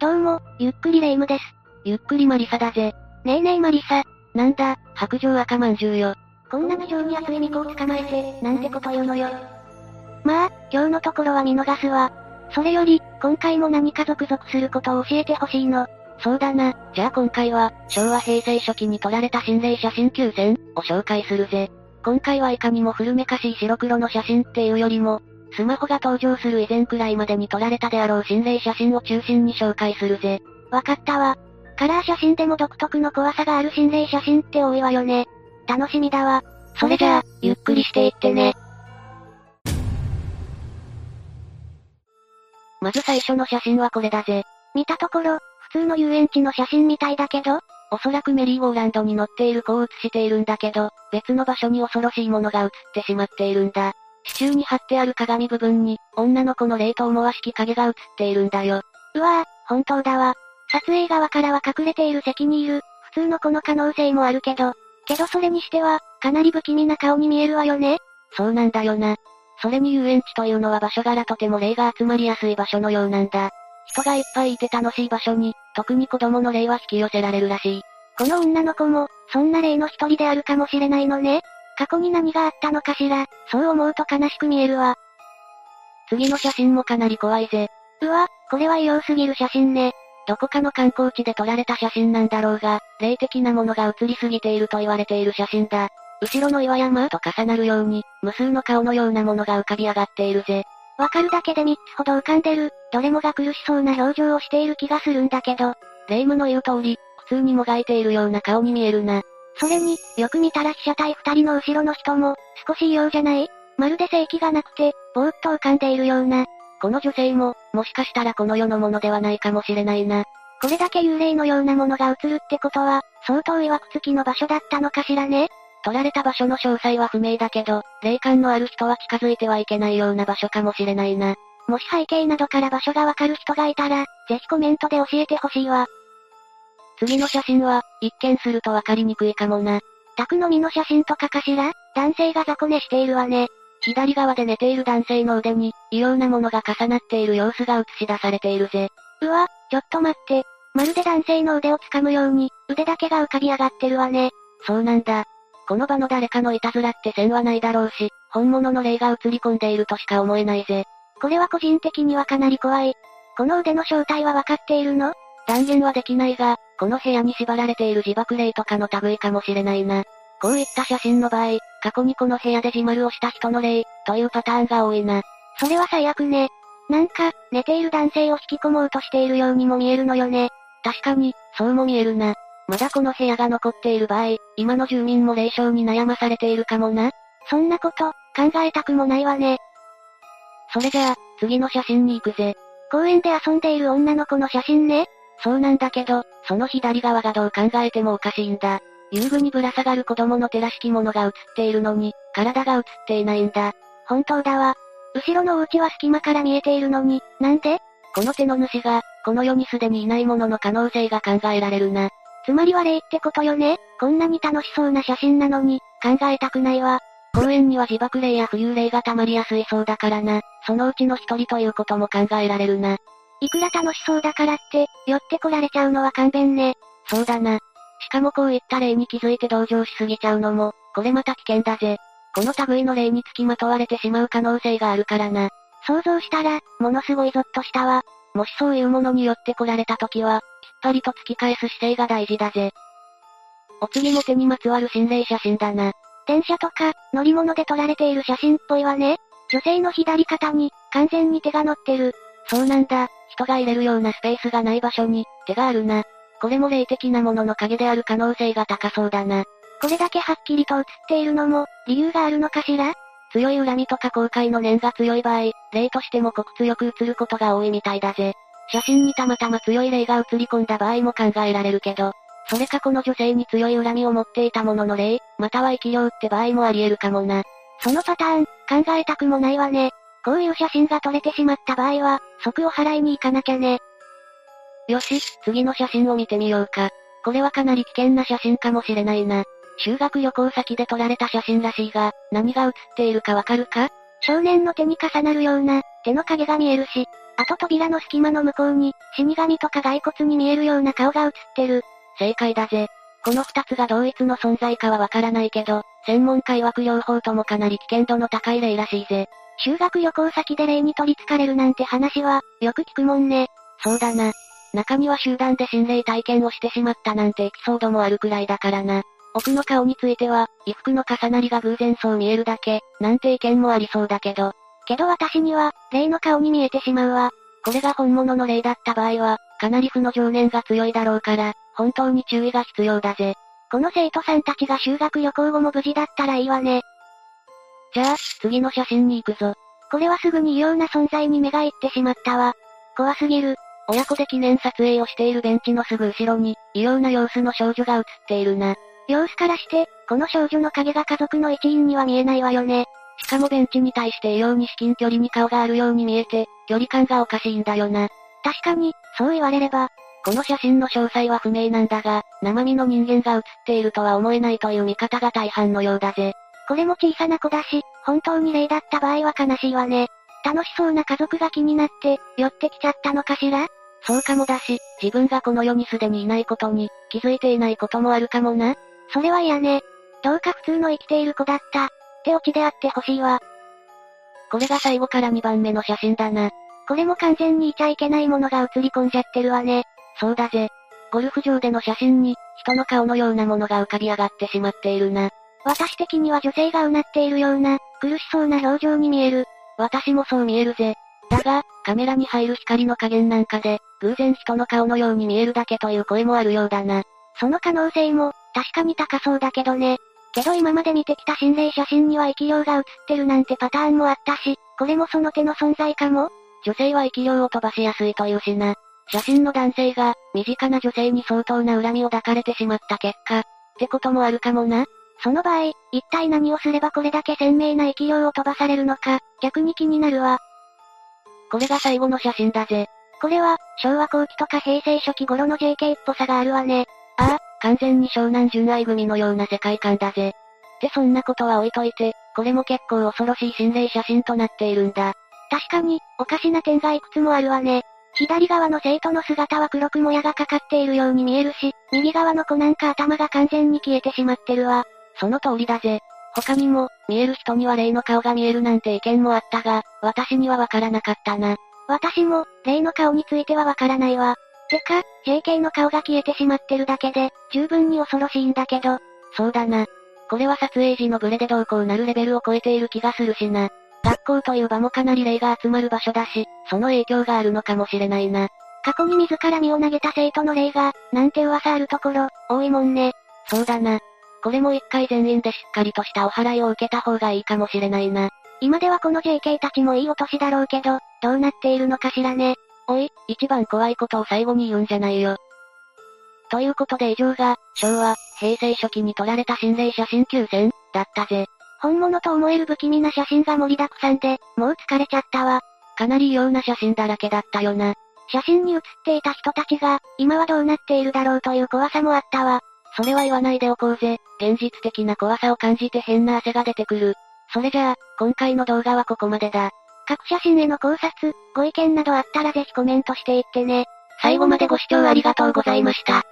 どうも、ゆっくりレ夢ムです。ゆっくりマリサだぜ。ねえねえマリサ、なんだ、白状赤まんじゅうよ。こんな無情に安い巫女を捕まえて、なんてこと言うのよ。まあ、今日のところは見逃すわ。それより、今回も何か続々することを教えてほしいの。そうだな、じゃあ今回は、昭和平成初期に撮られた心霊写真9選を紹介するぜ。今回はいかにも古めかしい白黒の写真っていうよりも、スマホが登場する以前くらいまでに撮られたであろう心霊写真を中心に紹介するぜ。わかったわ。カラー写真でも独特の怖さがある心霊写真って多いわよね。楽しみだわ。それじゃあ、ゆっくりしていってね。まず最初の写真はこれだぜ。見たところ、普通の遊園地の写真みたいだけど、おそらくメリーゴーランドに乗っている子を写しているんだけど、別の場所に恐ろしいものが写ってしまっているんだ。支柱に貼ってある鏡部分に、女の子の霊と思わしき影が写っているんだよ。うわぁ、本当だわ。撮影側からは隠れている席にいる、普通の子の可能性もあるけど、けどそれにしては、かなり不気味な顔に見えるわよね。そうなんだよな。それに遊園地というのは場所柄とても霊が集まりやすい場所のようなんだ。人がいっぱいいて楽しい場所に、特に子供の霊は引き寄せられるらしい。この女の子も、そんな霊の一人であるかもしれないのね。過去に何があったのかしら、そう思うと悲しく見えるわ。次の写真もかなり怖いぜ。うわ、これは異様すぎる写真ね。どこかの観光地で撮られた写真なんだろうが、霊的なものが写りすぎていると言われている写真だ。後ろの岩山と重なるように、無数の顔のようなものが浮かび上がっているぜ。わかるだけで3つほど浮かんでる、どれもが苦しそうな表情をしている気がするんだけど、霊夢の言う通り、普通にもがいているような顔に見えるな。それに、よく見たら被写体2人の後ろの人も、少し異様じゃないまるで正気がなくて、ぼーっと浮かんでいるような。この女性も、もしかしたらこの世のものではないかもしれないな。これだけ幽霊のようなものが映るってことは、相当曰くつきの場所だったのかしらね。撮られた場所の詳細は不明だけど、霊感のある人は近づいてはいけないような場所かもしれないな。もし背景などから場所がわかる人がいたら、ぜひコメントで教えてほしいわ。次の写真は、一見するとわかりにくいかもな。宅飲みの写真とかかしら男性が雑魚寝しているわね。左側で寝ている男性の腕に、異様なものが重なっている様子が映し出されているぜ。うわ、ちょっと待って。まるで男性の腕を掴むように、腕だけが浮かび上がってるわね。そうなんだ。この場の誰かのいたずらって線はないだろうし、本物の霊が映り込んでいるとしか思えないぜ。これは個人的にはかなり怖い。この腕の正体はわかっているの断言はできないが、この部屋に縛られている自爆霊とかの類かもしれないな。こういった写真の場合、過去にこの部屋で自丸をした人の霊、というパターンが多いな。それは最悪ね。なんか、寝ている男性を引き込もうとしているようにも見えるのよね。確かに、そうも見えるな。まだこの部屋が残っている場合、今の住民も霊障に悩まされているかもな。そんなこと、考えたくもないわね。それじゃあ、次の写真に行くぜ。公園で遊んでいる女の子の写真ね。そうなんだけど、その左側がどう考えてもおかしいんだ。遊具にぶら下がる子供の手らしきものが映っているのに、体が映っていないんだ。本当だわ。後ろのお家は隙間から見えているのに、なんでこの手の主が、この世にすでにいないものの可能性が考えられるな。つまりは霊ってことよね。こんなに楽しそうな写真なのに、考えたくないわ。公園には自爆霊や浮遊霊が溜まりやすいそうだからな。そのうちの一人ということも考えられるな。いくら楽しそうだからって、寄ってこられちゃうのは勘弁ね。そうだな。しかもこういった例に気づいて同情しすぎちゃうのも、これまた危険だぜ。この類の例につきまとわれてしまう可能性があるからな。想像したら、ものすごいゾッとしたわ。もしそういうものによって来られた時は、きっぱりと突き返す姿勢が大事だぜ。お次も手にまつわる心霊写真だな。電車とか、乗り物で撮られている写真っぽいわね。女性の左肩に、完全に手が乗ってる。そうなんだ。人が入れるようなスペースがない場所に、手があるな。これも霊的なものの影である可能性が高そうだな。これだけはっきりと映っているのも、理由があるのかしら強い恨みとか後悔の念が強い場合、霊としても酷強く映ることが多いみたいだぜ。写真にたまたま強い霊が映り込んだ場合も考えられるけど、それかこの女性に強い恨みを持っていたものの霊、または生き量って場合もあり得るかもな。そのパターン、考えたくもないわね。こういう写真が撮れてしまった場合は、即を払いに行かなきゃね。よし、次の写真を見てみようか。これはかなり危険な写真かもしれないな。修学旅行先で撮られた写真らしいが、何が写っているかわかるか少年の手に重なるような、手の影が見えるし、あと扉の隙間の向こうに、死神とか骸骨に見えるような顔が映ってる。正解だぜ。この二つが同一の存在かはわからないけど、専門家曰く両方ともかなり危険度の高い例らしいぜ。修学旅行先で霊に取り憑かれるなんて話は、よく聞くもんね。そうだな。中には集団で心霊体験をしてしまったなんてエピソードもあるくらいだからな。奥の顔については、衣服の重なりが偶然そう見えるだけ、なんて意見もありそうだけど。けど私には、霊の顔に見えてしまうわ。これが本物の霊だった場合は、かなり負の情念が強いだろうから、本当に注意が必要だぜ。この生徒さんたちが修学旅行後も無事だったらいいわね。じゃあ、次の写真に行くぞ。これはすぐに異様な存在に目が行ってしまったわ。怖すぎる。親子で記念撮影をしているベンチのすぐ後ろに、異様な様子の少女が映っているな。様子からして、この少女の影が家族の一員には見えないわよね。しかもベンチに対して異様に至近距離に顔があるように見えて、距離感がおかしいんだよな。確かに、そう言われれば。この写真の詳細は不明なんだが、生身の人間が写っているとは思えないという見方が大半のようだぜ。これも小さな子だし、本当に霊だった場合は悲しいわね。楽しそうな家族が気になって、寄ってきちゃったのかしらそうかもだし、自分がこの世にすでにいないことに、気づいていないこともあるかもな。それは嫌ね。どうか普通の生きている子だった。ってオチであってほしいわ。これが最後から2番目の写真だな。これも完全にいちゃいけないものが映り込んじゃってるわね。そうだぜ。ゴルフ場での写真に、人の顔のようなものが浮かび上がってしまっているな。私的には女性がうなっているような、苦しそうな表情に見える。私もそう見えるぜ。だが、カメラに入る光の加減なんかで、偶然人の顔のように見えるだけという声もあるようだな。その可能性も、確かに高そうだけどね。けど今まで見てきた心霊写真には生き量が写ってるなんてパターンもあったし、これもその手の存在かも女性は生き量を飛ばしやすいというしな。写真の男性が、身近な女性に相当な恨みを抱かれてしまった結果、ってこともあるかもな。その場合、一体何をすればこれだけ鮮明な生き量を飛ばされるのか、逆に気になるわ。これが最後の写真だぜ。これは、昭和後期とか平成初期頃の JK っぽさがあるわね。ああ、完全に湘南純愛組のような世界観だぜ。ってそんなことは置いといて、これも結構恐ろしい心霊写真となっているんだ。確かに、おかしな点がいくつもあるわね。左側の生徒の姿は黒くもやがかかっているように見えるし、右側の子なんか頭が完全に消えてしまってるわ。その通りだぜ。他にも、見える人には霊の顔が見えるなんて意見もあったが、私にはわからなかったな。私も、霊の顔についてはわからないわ。てか、JK の顔が消えてしまってるだけで、十分に恐ろしいんだけど。そうだな。これは撮影時のブレでどうこうなるレベルを超えている気がするしな。学校という場もかなり霊が集まる場所だし、その影響があるのかもしれないな。過去に自ら身を投げた生徒の霊が、なんて噂あるところ、多いもんね。そうだな。これも一回全員でしっかりとしたお祓いを受けた方がいいかもしれないな。今ではこの JK たちもいいお年だろうけど、どうなっているのかしらね。おい、一番怖いことを最後に言うんじゃないよ。ということで以上が、昭和、平成初期に撮られた心霊写真9000、だったぜ。本物と思える不気味な写真が盛りだくさんで、もう疲れちゃったわ。かなり異様な写真だらけだったよな。写真に写っていた人たちが、今はどうなっているだろうという怖さもあったわ。それは言わないでおこうぜ。現実的な怖さを感じて変な汗が出てくる。それじゃあ、今回の動画はここまでだ。各写真への考察、ご意見などあったらぜひコメントしていってね。最後までご視聴ありがとうございました。